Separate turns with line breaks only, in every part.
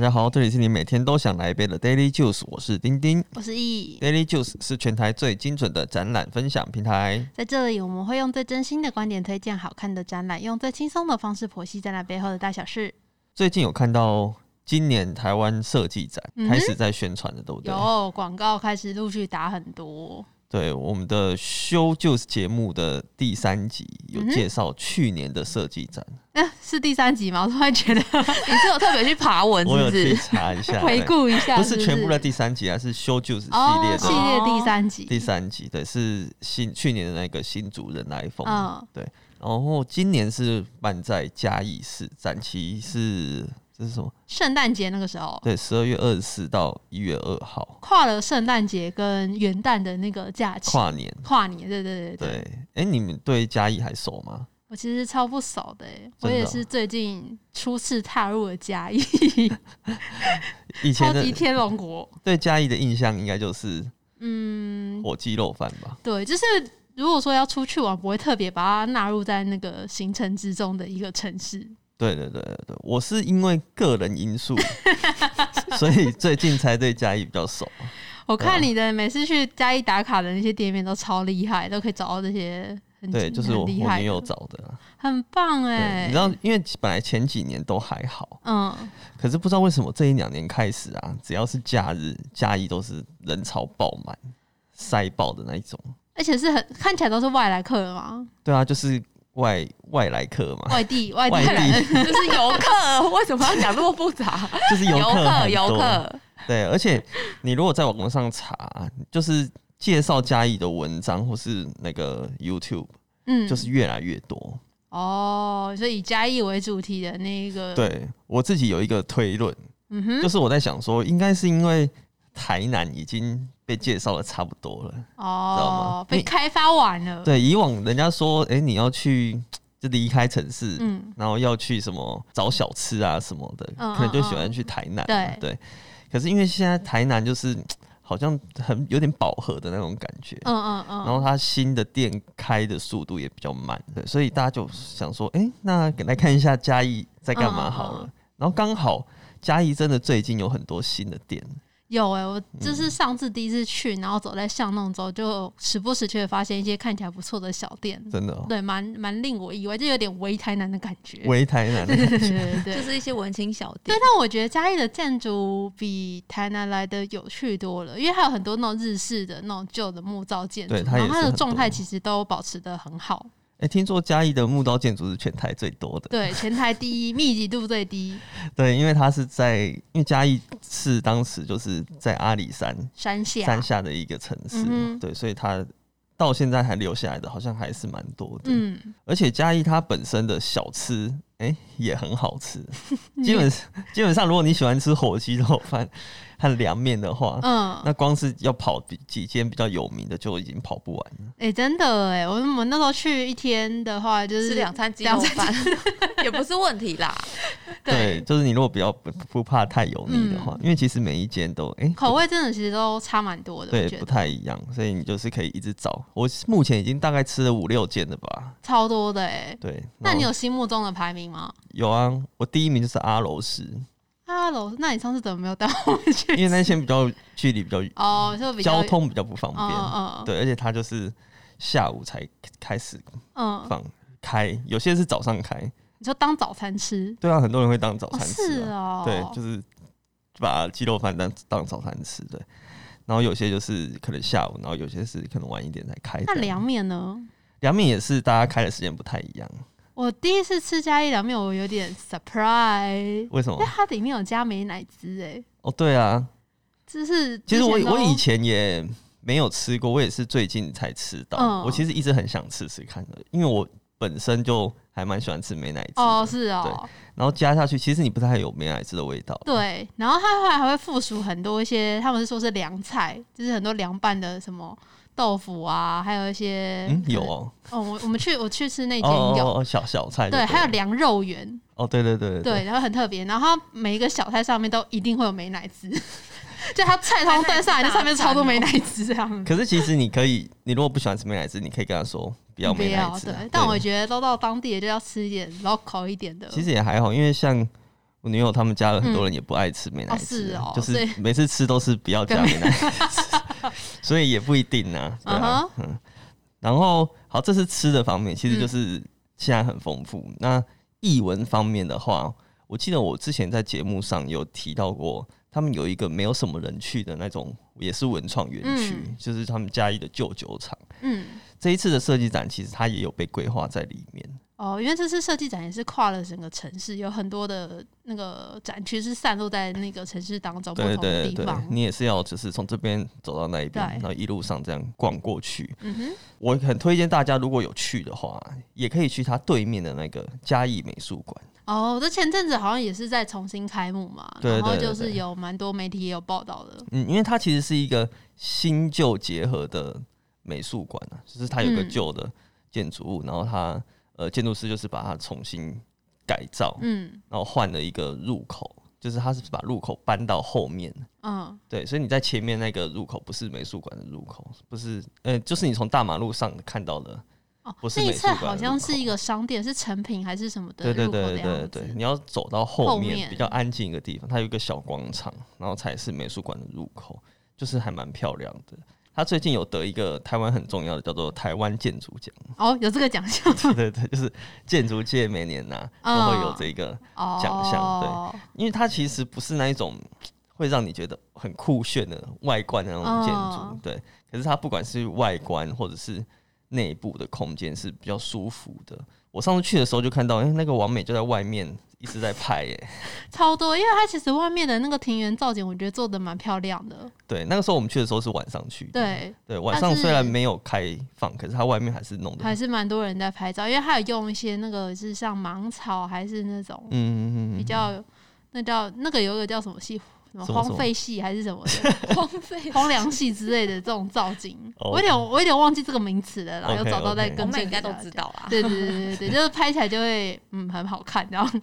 家好，这里是你每天都想来一杯的 Daily Juice，我是丁丁。
我是易，
Daily Juice 是全台最精准的展览分享平台。
在这里我们会用最真心的观点推荐好看的展览，用最轻松的方式剖析展览背后的大小事。
最近有看到今年台湾设计展
嗯哼
开始在宣传了，对不对？
有广告开始陆续打很多，
对，我们的 Show Juice 节目的第三集有
嗯哼
介绍去年的设计展，
那、是第三集吗？我突然觉得
你是有特别去爬
嗯
文
我
是
有
不
去
是？
查一下，
回顾一下
不
是
是全部的第三集啊，是 Show Juice
哦
系列
系
的
列
哦
第三集，
第三集，对，是新去年的那个新主人来疯，
嗯
对，然后今年是办在嘉义市，展期是这是什么？
圣诞节那个时候。
对，十二月二十四到一月二号，
跨了圣诞节跟元旦的那个假期，
跨年。
跨年，对对对
对，哎、你们对嘉义还熟吗？
我其实超不熟的欸、我
真的
也
哦
是最近初次踏入了嘉义，
以
超
前的
级天龙国。
对嘉义的印象应该就是
嗯，
火鸡肉饭吧？
对，就是如果说要出去玩，不会特别把它纳入在那个行程之中的一个城市。
对对对对对，我是因为个人因素， 所以最近才对嘉义比较熟。
我
对啊
看你的每次去嘉义打卡的那些店面都超厉害，都可以找到这些很
对，就是我
很厉
我
害
女友
的，
找的啦。
很棒哎、
对，你知道，因为本来前几年都还好，
嗯，
可是不知道为什么这一两年开始啊，只要是假日，嘉义都是人潮爆满、塞爆的那一种。
而且是很看起来都是外来客人 嘛，
对啊，就是外外来客嘛，
外地外地
外
人，
地
就是游客，为什么要讲那么复杂？
就是 游客
客，
很
游
多。
客，
对，而且你如果在网络上查，啊就是介绍嘉义的文章或是那个 YouTube，
嗯，
就是越来越多。
哦，所以以嘉义为主题的那个，，
对我自己有一个推论，
嗯
就
哼，
是我在想说，应该是因为台南已经被介绍的差不多了。知道吗
哦，被
你
开发完了，
对，以往人家说，哎、你要去就离开城市，
嗯，
然后要去什么找小吃啊什么的，
嗯
可能就
嗯
喜欢
嗯
去台南嘛。
对
对，可是因为现在台南就是好像很有点饱和的那种感觉，
嗯嗯嗯，
然后它新的店开的速度也比较慢，对，所以大家就想说，哎、那来看一下嘉义在干嘛好了。
嗯嗯
然后刚好嘉义真的最近有很多新的店，
有哎、我
嗯
就是上次第一次去，然后走在巷弄中，就时不时就会发现一些看起来不错的小店，
真的、哦，
对，蛮蛮令我意外，就有点微台南的感觉。
围台南的
对 对对
就
对。
是一些文青小
对
店，，
但我觉得嘉义的建筑比台南来的有趣多了，因为还有很多那种日式的那种旧的木造建筑，
对它
然
也
后它
是
的
很
状
多
态其实都保持的 很好，
哎、听说嘉义的木造建筑是全台最多的。
对，全台第一，密集度最低，
对，因为它是在，因为嘉义市当时就是在阿里山
山下，
山下的一个城市，
嗯哼
对，所以它到现在还留下来的好像还是蛮多的。
嗯，
而且嘉义它本身的小吃，哎、也很好 吃。基本基本上，如果你喜欢吃火鸡肉饭和凉面的话，
嗯，
那光是要跑比几间比较有名的就已经跑不完了。
哎、真的哎、我们那时候去一天的话，就
吃
是
两餐鸡肉饭也不是问题啦。
对，就是你如果比较不不怕太油腻的
嗯
话，因为其实每一间都哎、
口味真的其实都差蛮多的，我
对
觉
不
得
太一样，所以你就是可以一直找。我目前已经大概吃了五六间了吧。
超多的哎、
对，
那
然后
你有心目中的排名吗？
有啊？我第一名就是阿楼 市，
哈喽，那你上次怎么没有带 我们去？
因为那些比较距离比较
哦，就比较
交，通比较不方
嗯
便，
嗯嗯，
对，而且它就是下午才开始
嗯，
放开，有些是早上开。
你说当早餐吃，
对啊，很多人会当早
哦
餐吃
是
啊、
哦，
对，就是把鸡肉饭当当早餐吃，对。然后有些就是可能下午，然后有些是可能晚一点才开这
那
样。
凉面呢？
凉面也是大家开的时间不太一样，
我第一次吃嘉义凉面，我有点 surprise，
为什
因
么
为？它里面有加美乃滋哎、
哦，对啊，
就是
其实我
之前都
我以前也没有吃过，我也是最近才吃到。
嗯
我其实一直很想吃吃看的，因为我本身就还蛮喜欢吃美乃滋的，
哦是哦，
然后加下去，其实你不太有美乃滋的味道。
对，然后他后来还会附属很多一些，他们是说是凉菜，就是很多凉拌的什么豆腐啊，还有一些
嗯，有哦，
哦，我我们去我去吃那
哦
间
哦
有。
哦哦，小小菜就
对，
了
还有凉肉圆，
哦，对对对
对，然后很特别，然后它每一个小菜上面都一定会有美乃滋， 就它菜哦通端上来，那上面超多美乃滋这样。
可是其实你可以，你如果不喜欢吃美乃滋，你可以跟他说不要
不
美乃
要
滋啊。
对，但我觉得都到当地了就要吃一点 local 一点的，
其实也还好，因为像我女友他们家人很多人也不爱吃美乃滋，
嗯哦是哦
就
所
是
以
每次吃都是不要加美乃滋， 所以也不一定啊。对啊
嗯
嗯，然后好，这是吃的方面，其实就是现在很丰富。那译文方面的话，我记得我之前在节目上有提到过，他们有一个没有什么人去的那种，也是文创园区，
嗯
就是他们嘉义的旧酒厂。
嗯，
这一次的设计展，其实它也有被规划在里面。
哦，因为这次设计展也是跨了整个城市，有很多的那个展区是散落在那个城市当中哦不
对
同的
对
地
对
方，。
你也是要就是从这边走到那一边，
对
然后一路上这样逛过去。
嗯哼，
我很推荐大家，如果有去的话，也可以去它对面的那个嘉义美术馆。
哦，这前阵子好像也是在重新开幕嘛，
对
然后
对对
就是
对
有蛮多媒体也有报道的，
嗯，因为它其实是一个新旧结合的美术馆啊，就是它有个
嗯
旧的建筑物，然后它呃建筑师就是把它重新改造，
嗯
然后换了一个入口，就是它是把入口搬到后面。
嗯，
对，所以你在前面那个入口不是美术馆的入口，不是，呃，就是你从大马路上看到的，
哦
不，是
那一
美术
侧
馆
好
入
像是
口
一个商店，是成品还是什么的
对对
入口
对
的
对
样
对，
子。
你要走到
后
后面
面
比较安静一个地方，它有一个小广场，然后才是美术馆的入口，就是还蛮漂亮的。它最近有得一个台湾很重要的叫做台湾建筑 奖，
哦，有这个奖项
对对对，就是建筑界每年呐、
嗯
都会有这个，
哦，
奖项因为它其实不是那一种会让你觉得很酷炫的外观的那种建筑，
嗯
对。可是它不管是外观或者是内部的空间是比较舒服的。我上次去的时候就看到，哎、那个王美就在外面一直在拍、哎耶。
超多，因为它其实外面的那个庭园造景，我觉得做的蛮漂亮的。
对，那个时候我们去的时候是晚上去的，
对，
对，晚
但
上
是
虽然没有开放，可是它外面还是弄的，
还是蛮多人在拍照，因为它有用一些那个是像芒草，还是那种
嗯嗯嗯嗯，
比较、那叫那个有一个叫什么系，什么
什么
荒废系还是什么 的
荒废。
荒凉系之类的这种造景，
哦
我有点我有点忘记这个名词了啦，
OK，
有找到再
OK
跟
我们
进
哦应该都
大家
知道啦。
对对对对对，就是拍起来就会嗯很好看，然后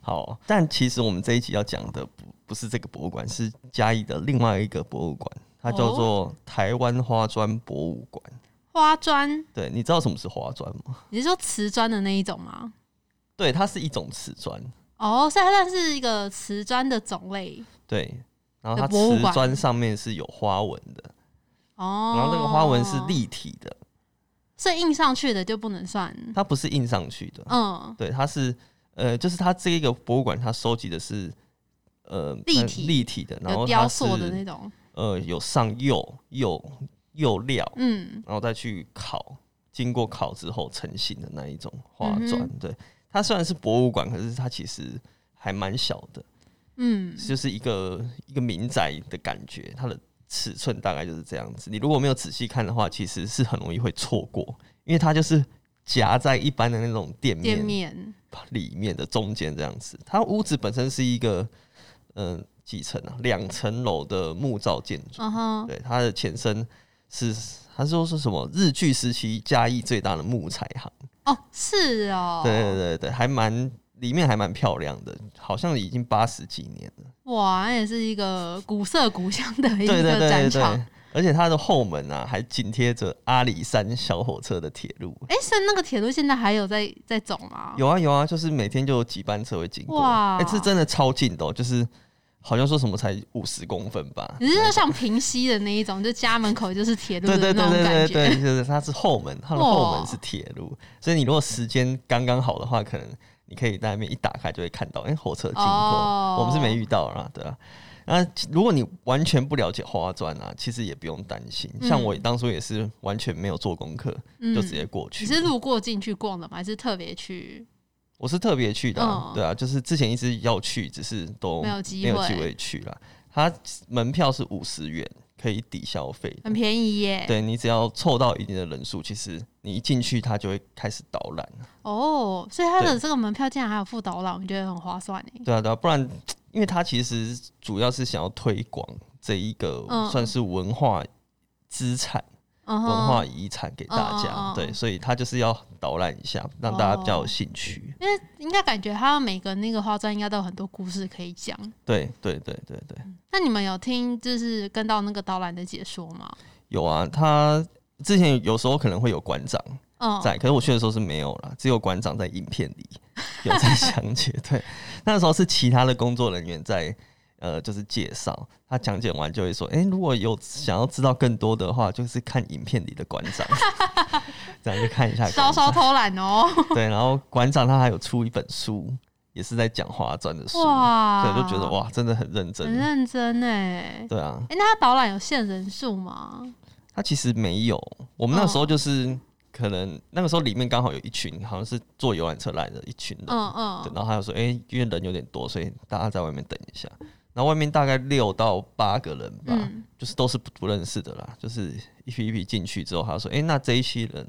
好。但其实我们这一集要讲的不不是这个博物馆，是嘉义的另外一个博物馆，它
哦
叫做台湾花砖博物馆。
花砖，
对，你知道什么是花砖吗？
你是说瓷砖的那一种吗？
对，它是一种瓷砖，
哦，所以它算是一个瓷砖的种类
对。然后它
的博物
瓷
馆
砖上面是有花纹的，
哦。
然后那个花纹是，立体的，
所以印上去的就不能算。
它不是印上去的。
嗯，
对，它是呃，就是它这个博物馆，它收集的是呃
立
那
体
立体的，然
有
后
雕
它
塑的那
是
种。
呃有上釉釉釉料，
嗯，
然后再去烤，经过烤之后成型的那一种花砖。
嗯
对，它虽然是博物馆，可是它其实还蛮小的，
嗯，
就是一个一个民宅的感觉，它的。尺寸大概就是这样子，你如果没有仔细看的话，其实是很容易会错过，因为它就是夹在一般的那种店面
店面
里面的中间这样子。它屋子本身是一个嗯、呃几层啊，两层楼的木造建筑。
嗯哼，
对，它的前身是他说是什么日据时期嘉义最大的木材行。
哦，是哦，
对对对对，还蛮里面还蛮漂亮的，好像已经八十几年了。
哇，那也是一个古色古香的一
对对
个
对对
展场
对。。而且它的后门啊，还紧贴着阿里山小火车的铁路。
哎，是那个铁路现在还有在在走吗？
有啊有啊，就是每天就有几班车会经过。
哇
哎、这真的超近的、哦，就是好像说什么才五十公分吧。
你是说像平溪的那一种，就家门口就是铁路
对对
的那
对
种感哦
对对
觉？
对，就是它是后门，它的后门是铁路，所以你如果时间刚刚好的话，可能你可以在那边一打开就会看到，哎、火车经过，
哦
我们是没遇到啦，对吧、啊那如果你完全不了解花砖啊，其实也不用担心。像我
嗯
当初也是完全没有做功课，
嗯
就直接过去。
你是路过进去逛的吗？还是特别去？
我是特别去的啊、
嗯
对啊，就是之前一直要去，只是都
没有机
没有机
会
会去了。它门票是五十元，可以抵消费的
很便宜耶。
对你只要凑到一定的人数，其实你一进去，它就会开始导览。
哦，所以它的
对
这个门票竟然还有副导览，我觉得很划算诶。
对啊，对啊，不然因为它其实主要是想要推广这一个
嗯
算是文化资产、
嗯
文化
哼，
遗产给大家。
嗯嗯嗯哦
对，所以它就是要导览一下，让大家比较有兴趣。
因为应该感觉它每个那个花砖应该都有很多故事可以讲。
对，对，对，对，对，
那你们有听就是跟到那个导览的解说吗？
有啊，它。之前有时候可能会有馆长
嗯，
在，可是我去的时候是没有啦，只有馆长在影片里。有在讲解。对，那时候是其他的工作人员在呃，就是介绍。他讲解完就会说，哎、如果有想要知道更多的话，就是看影片里的馆长， 这样就看一下馆
稍
长。
稍偷懒哦。
对，然后馆长他还有出一本书，也 是在讲花砖的书，
哇，
对，就觉得，哇，真的很认
很
真。
认真哎。
对啊，
哎、那他导览有限人数吗？
他其实没有，我们那时候
嗯
就是、可能那个时候里面刚好有一群好像是坐游览车来的一群人，
嗯嗯
对，然后他就说，哎、因为人有点多，所以大家在外面等一下。然后外面大概六到八个人吧，
嗯，
就是都是不不认识的啦，就是一批一批进去之后，他说，哎、那这一批人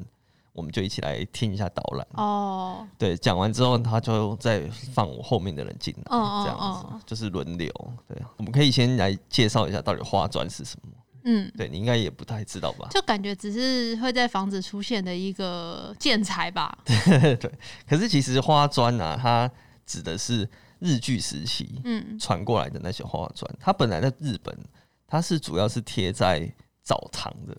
我们就一起来听一下导览。
哦，
对，讲完之后，他就再放我后面的人进来，
嗯嗯
这样
嗯
子就是轮流。对，我们可以先来介绍一下到底花砖是什么。
嗯，
对你应该也不太知道吧？
就感觉只是会在房子出现的一个建材吧。
对，可是其实花砖啊，它指的是日据时期
嗯
传过来的那些花砖。它本来在日本，它是主要是贴在澡堂的。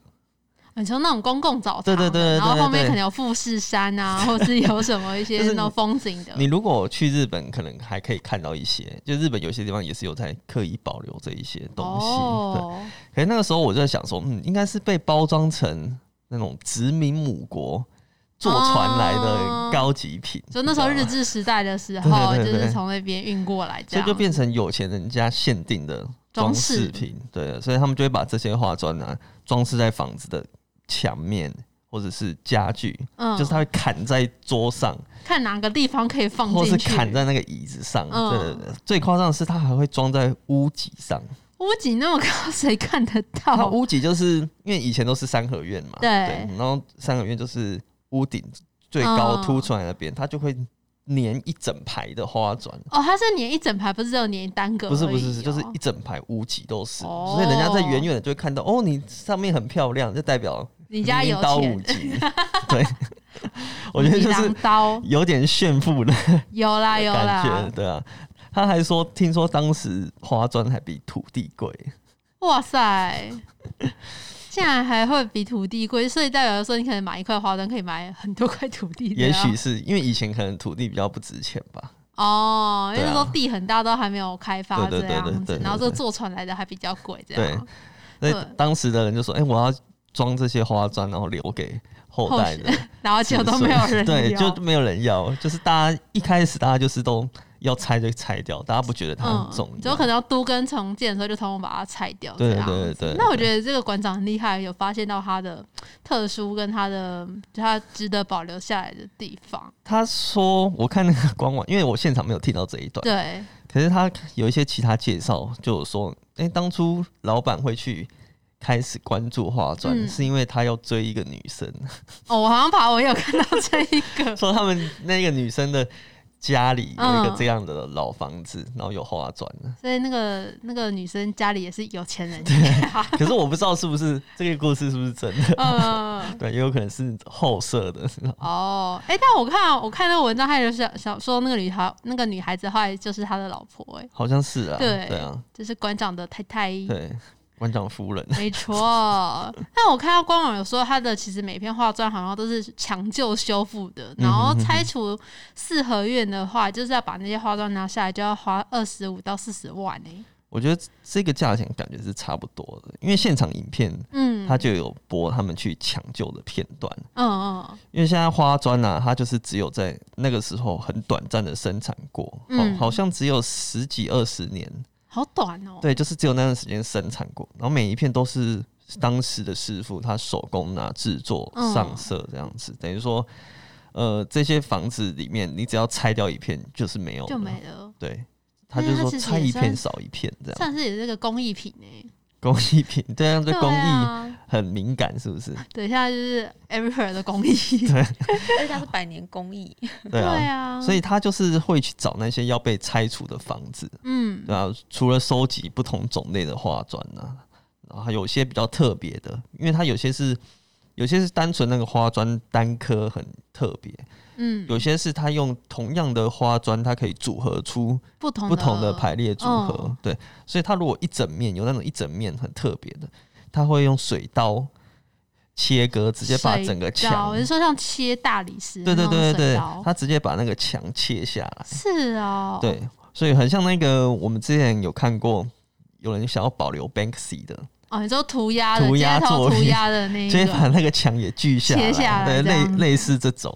你说那种公共澡堂的，
对对对对
然后后
对
面
对
可能有富士山啊，或是有什么一 些
就是
那种风景的，
你如果去日本，可能还可以看到一些，就日本有些地方也是有在刻意保留这一些东西。对，
哦，
可是那个时候我就在想说，嗯，应该是被包装成那种殖民母国坐船来的高级品，
哦就那时候
你知
日
道吗
治时代的时候，
对对
就
对
是从那边运过来，
所
这
以
样
就变成有钱人家限定的装饰品，对，所以他们就会把这些花砖啊装饰在房子的墙面或者是家具，
嗯，
就是它会砍在桌上，
看哪个地方可以放
或是
嗯进去，
砍在那个椅子上，
嗯
对对对。最夸张的是，它还会装在屋脊上，
屋脊那么高，谁看得
它
到？
屋脊就是因为以前都是三合院嘛，
哦对
然后三合院就是屋顶最高
嗯
凸出来那边，它就会粘一整排的花砖。
哦，它是粘一整排，不是只有粘单个而已
不
哦、
是不是，是就是一整排屋脊都是，
哦
所以人家在远远的就会看到，哦，你上面很漂亮，就代表
你家有
刀
钱
五，级。 对，我觉得就
你
是
当 刀
有点炫富的
有啦有
感觉，
哎啦，
对啊。他还说，听说当时花砖还比土地贵，
哇塞！竟然还会比土地贵，所以代表说你可能买一块花砖可以买很多块土地的啊、
也许是因为以前可能土地比较不值钱吧。
哦，因为
对啊
那时候地很大，都还没有开发
对对
这
对
样子，
对对对
然后
对
这坐船来的还比较贵，这
对
样。，
那
啊对
当时的人就说：“哎、我要装这些花砖，然后留给后
后
代
世
的。
然后”结果都没有人
对，
要
就没有人要，就是大家一开始大家就是都要拆就拆掉，大家不觉得它很重
嗯，就
要。
可能要都跟重建的时候就通通把它拆掉，
对
这样
对对对
那我觉得这个馆长很厉害，有发现到他的特殊跟他的就他值得保留下来的地方。
他说：“我看那个官网，因为我现场没有听到这一段，
对，
可是他有一些其他介绍，就有说：哎、当初老板会去。”开始关注花砖、
嗯
是因为他要追一个女生，，
哦，我好像爬文有看到这一个
说他们那个女生的家里有一个
嗯
这样的老房子，然后有花 砖，
所以那个那个女生家里也是有钱人家，
可是我不知道是不是这个故事是不是真的，
嗯。
对，也有可能是后设的。
哦，哎、但我看我看那个文章，还有想想说那个女孩，那个女孩子后来就是他的老婆、哎，
好像是啊，
对
啊，
就是馆长的太太。
对，馆长夫人，
没错，但我看到官网有说，它的其实每片化妆好像都是抢救修复的，然后拆除四合院的话，就是要把那些化妆拿下来，就要花二十五到四十万欸呢、
我觉得这个价钱感觉是差不多的，因为现场影片
嗯
它就有播他们去抢救的片段，
嗯嗯，
因为现在花砖啊，它就是只有在那个时候很短暂的生产过，
嗯
哦，好像只有十几二十年，
好短哦、
对，就是只有那段时间生产过，然后每一片都是当时的师傅他手工拿制作
嗯
上色这样子，等于说，呃，这些房子里面你只要拆掉一片就是没有了，
就没了，
对，他
那
就
它
说
其实
拆
也
一片
算
少一片这样，
算是也是个工艺品呢、欸
工艺品，对啊，对工艺
啊，
很敏感是不是？
等一下就是 everywhere 的工艺，
而且它是百年 工艺，
对啊，
啊，
所以他就是会去找那些要被拆除的房子，
嗯
对啊，除了收集不同种类的花砖啊，然后还有些比较特别的，因为它有些是有些是单纯那个花砖单颗很特别，
嗯，
有些是它用同样的花砖，它可以组合出
不同
不同的排列组合，
嗯
对，所以它如果一整面有那种一整面很特别的，它会用水刀切割，直接把整个
水刀
墙
啊我，是说像切大理石
对对对对
那种水
对
刀，
他直接把那个墙切下来，
是哦，，
对，所以很像那个我们之前有看过，有人想要保留 Banksy 的，
哦，你说涂鸦的
涂鸦
街头
作
涂
品
鸦 的那一
直接把
个，
那个墙也锯下
哎切下
对，
来这
类
样
类似这种。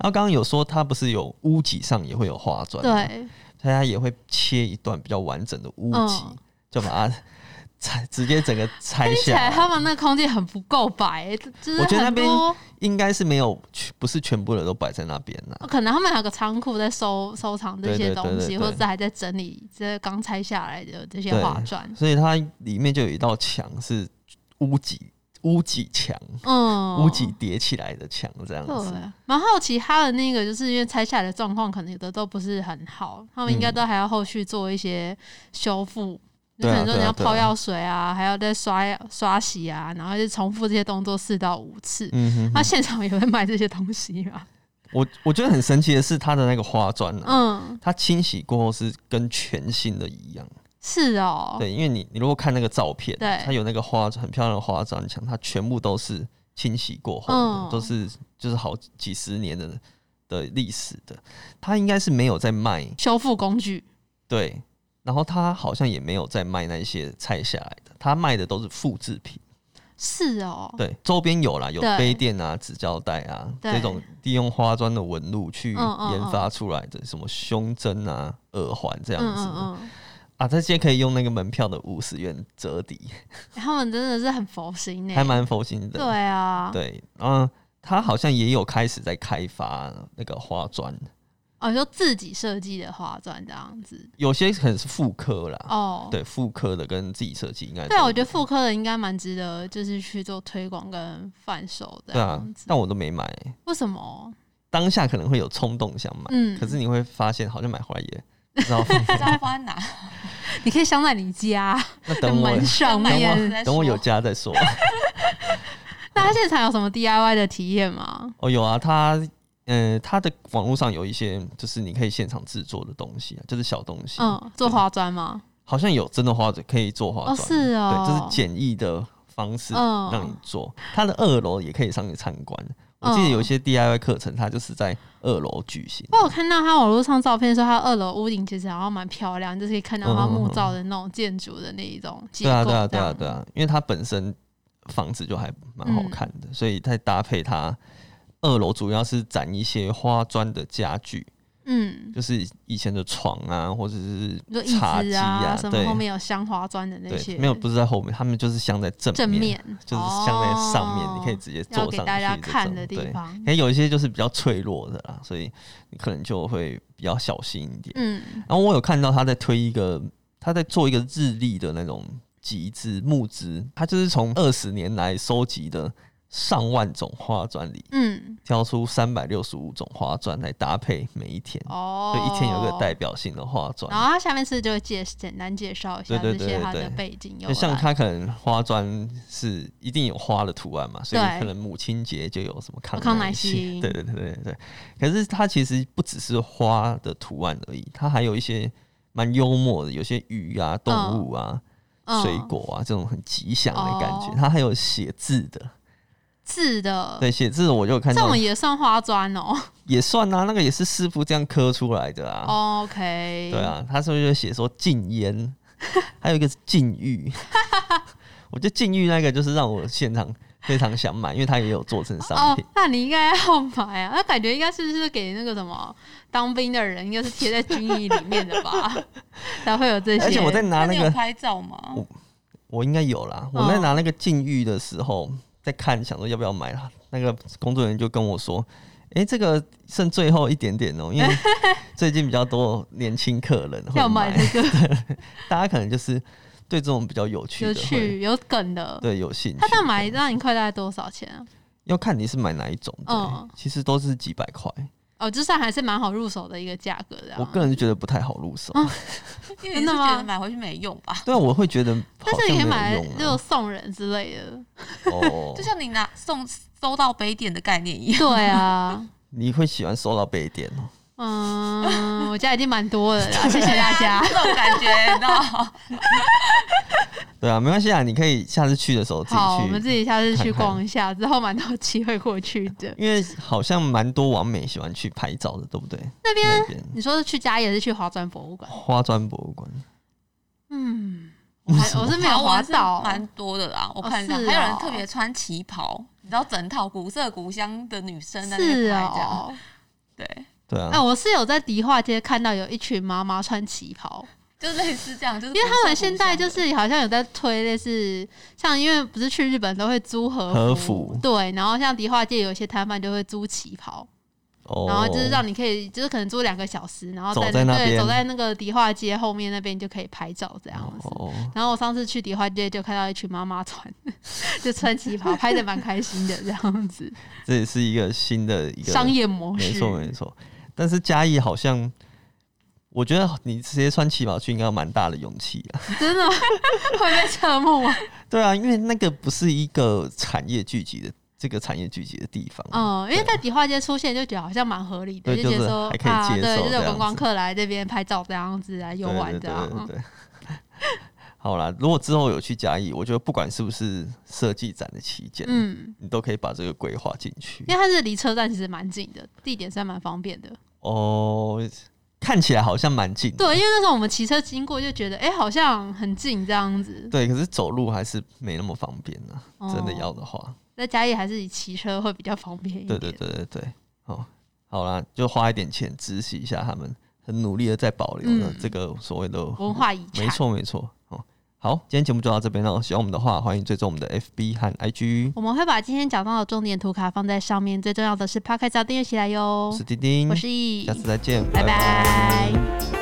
然后刚刚有说它不是有屋脊上也会有花砖，，
对，
所以它也会切一段比较完整的屋脊，
嗯
就把它 拆，直接整个拆
听起
下
来
来。
他们那个空间很不够摆，就是
我觉得那
很
边
多，
应该是没有，不是全部的都摆在那边啦。
可能他们还有个仓库在收收藏这
对
些
对对
东西，
对对
或者是还在整理这刚拆下来的这些
对
画砖。
所以它里面就有一道墙是屋脊，屋脊墙，
嗯，
屋脊叠起来的墙这样子。
对，蛮好奇他的那个，就是因为拆下来的状况，可能有的都不是很好，他们应该
嗯
都还要后续做一些修复。就
对啊
可能说你
对啊
要
对啊
泡药水啊，还要再刷刷洗啊，然后就重复这些动作四到五次。
嗯哼
他现场也会卖这些东西嘛？
我我觉得很神奇的是它的那个花砖啊，
嗯，
它清洗过后是跟全新的一样。
是哦，
对，因为你你如果看那个照片，
对
它有那个花很漂亮的花砖墙，它全部都是清洗过后的，
嗯
都是就是好几十年的的历史的，它应该是没有在卖，
修复工具
对，然后它好像也没有在卖那些拆下来的，它卖的都是复制品，
是哦，
对，周边有啦，有
对
杯垫啊、纸胶带啊
对
这种利用花砖的纹路去
嗯嗯
研发出来的，什么胸针啊、耳环这样
嗯
子的、
嗯嗯，
啊，这些可以用那个门票的五十元折抵。
哎他们真的是很佛心呢、
还蛮佛心
对
的。
啊，
对，嗯，他好像也有开始在开发那个花砖，
哦，就自己设计的花砖这样子
有些可能是复刻啦，
哦，
对，复刻的跟自己设计应该都有。
对啊，我觉得妇科的应该蛮值得，就是去做推广跟贩售的
对啊
样，子。
但我都没买、
为什么？
当下可能会有冲动想买，
嗯
可是你会发现好像买回来也不知道放
不
哪
知道放在哪，
你可以镶在 你家
那
的
等我
门上
等
面。
再
等我
说
有家再说。
那他现场有什么 DIY 的体验吗？
哦，有啊，他。嗯，他的网络上有一些就是你可以现场制作的东西啊，就是小东西，
嗯，做花砖吗？
好像有真的花可以做花砖，
哦，是哦，
对，就是简易的方式
嗯
让你做。它的二楼也可以上去参观。我记得
嗯
有一些 DIY 课程，它就是在二楼举行。
我有看到他网络上照片说，他二楼屋顶其实好像蛮漂亮，就是可以看到他
嗯
木造的那种建筑的那一种结
对
构。
啊，对啊，对啊，对。啊，因为它本身房子就还蛮
嗯
好看的，所以再搭配它二楼主要是展一些花砖的家具，
嗯，
就是以前的床啊，或者是
你说椅
茶
子
几
啊，什么
对
后面有镶花砖的那些，
对，没有不是在后面，他们就是镶在正
正面，
就是镶在上面，
哦
你可以直接坐上
要
去这
给
种，
大家看的地
对
方。
可能有一些就是比较脆弱的啦，所以你可能就会比较小心一点。
嗯，
然后我有看到他在推一个，他在做一个日历的那种集资募资，他就是从二十年来收集的上万种花砖里
嗯，
挑出三百六十五种花砖来搭配每一天，
哦
所，以一天有一个代。表性的花砖
然。后它下面是就会介简单介绍一下
对
这
对
些它
对
的
对
背景有
就像
啦
它可能花砖是一定有花的图案嘛，所以
对
可能母亲节就有什么康
康乃
乃
馨
对对对对对。可是它其实不只是花的图案而已，它还有一些蛮幽默的，有些鱼啊、动物啊、
嗯
水果啊这种很吉祥的感觉。
哦
它还有写字的，
字的，
对，写字的我就有看
这
到
种也算花砖哦。
也算啊，那个也是师傅这样刻出来的啊。
OK，
对，啊，他是不是就写说禁 烟，还有一个是禁欲。 我觉得禁欲那个就是让我现场非常想买，因为他也有做成商
哦
品。，
那你应该要买啊！那感觉应该是是给那个什么当兵的人，应该是贴在军衣里面的 吧，才会有这哦些。
而且我在拿
那
那
你有
个，
拍照吗？
我我应该有啦。我在拿那个禁欲的时候，在看想说要不要买啦。那个工作人员就跟我说：“诶，这个剩最后一点点哦、因为 最近比较多年轻客人会
要
买
买，这 个
大家可能就是对这种比较有趣
有
的会
趣有梗的。
对有兴趣。”
他这样买让你快大概多少钱啊？
要看你是买哪一种的、
嗯
其实都是几百块。
哦，就算还是蛮好入手的一个价格的。啊哦
我个人觉得不太好入手，
因为你
真
是
的吗
觉得买回去没用吧？
对啊，我会觉得好
但是
像
你可以
没
买
有
来
用、
就
啊。
送人之类的。
哦，
就像你拿送收到杯垫的概念一样。
对啊，
你会喜欢收到杯垫哦，
嗯，我家已经蛮多了 啦，谢谢大家。
这种感觉，你知道？
对啊，没关系啊，你可以下次去的时候自己去。
好，我们自己下次去
看看
逛一下，之后蛮多机会过去的。
因为好像蛮多网美喜欢去拍照的，对不对？
那边
那边
你说是去嘉义还是去华专博物馆？
花砖博物馆，
嗯，我还 我是 没有
华
滑
文是
到，
蛮多的啦。我看一下，
哦是哦
还有人特别穿旗袍，你知道，整套古色古香的女生在那
是
边拍这样。
哦。
对，
对啊，
哎，我是有在迪化街看到有一群妈妈穿旗 袍，
就类似这样，就是
因为他们现在
古色
就
古香的
是好像有在推类似像，因为不是去日本都会租和
和
服
服
对，然后像迪化街有一些摊贩就会租旗袍，
哦，
然后就是让你可以就是可能租两个小时，然后
走
在
在那
对
边
走在那个迪化街后面那边你就可以拍照这样子。
哦，
然后我上次去迪化街就看到一群妈妈穿， 就穿 旗袍，拍的蛮开心的这样子，
这也是一个新的一个
商业模式。
没错没错。但是嘉义好像，我觉得你直接穿旗袍去应该要蛮大的勇气啊。
真的 会被侧目啊。
对啊，因为那个不是一个产业聚集的这个产业聚集的地方。
嗯，因为在迪化街出现就觉得好像蛮合理的，
对
就觉
就
得
是
说
还可以
啊，
接
对，
受
就是
这
有
样
观光
子
客来这边拍照这样子来游玩这
对
样
对对
嗯
对对。 好啦，如果之后有去嘉义，我觉得不管是不是设计展的期间，
嗯，
你都可以把这个规划进去
因。为它是离车站其实蛮近的，地点算蛮方便的。
嗯哦，看起来好像蛮近的，
对，因为那时候我们骑车经过就觉得，哎、好像很近这样子。
对，可是走路还是没那么方便呢、
哦
真的要的话，
在嘉义还是以骑车会比较方便一
对
点。
对对对对，哦，好啦，就花一点钱支持一下他们，很努力的在保留了
嗯
这个所谓的
文化遗产。
没错没错。哦，好，今天节目就到这边了。喜欢我们的话，欢迎追踪我们的 FB 和 IG。
我们会把今天讲到的重点图卡放在上面，最重要的是 p o d c a s 要订阅起来哟
我是。丁丁
我，是易
下，次再见，
拜拜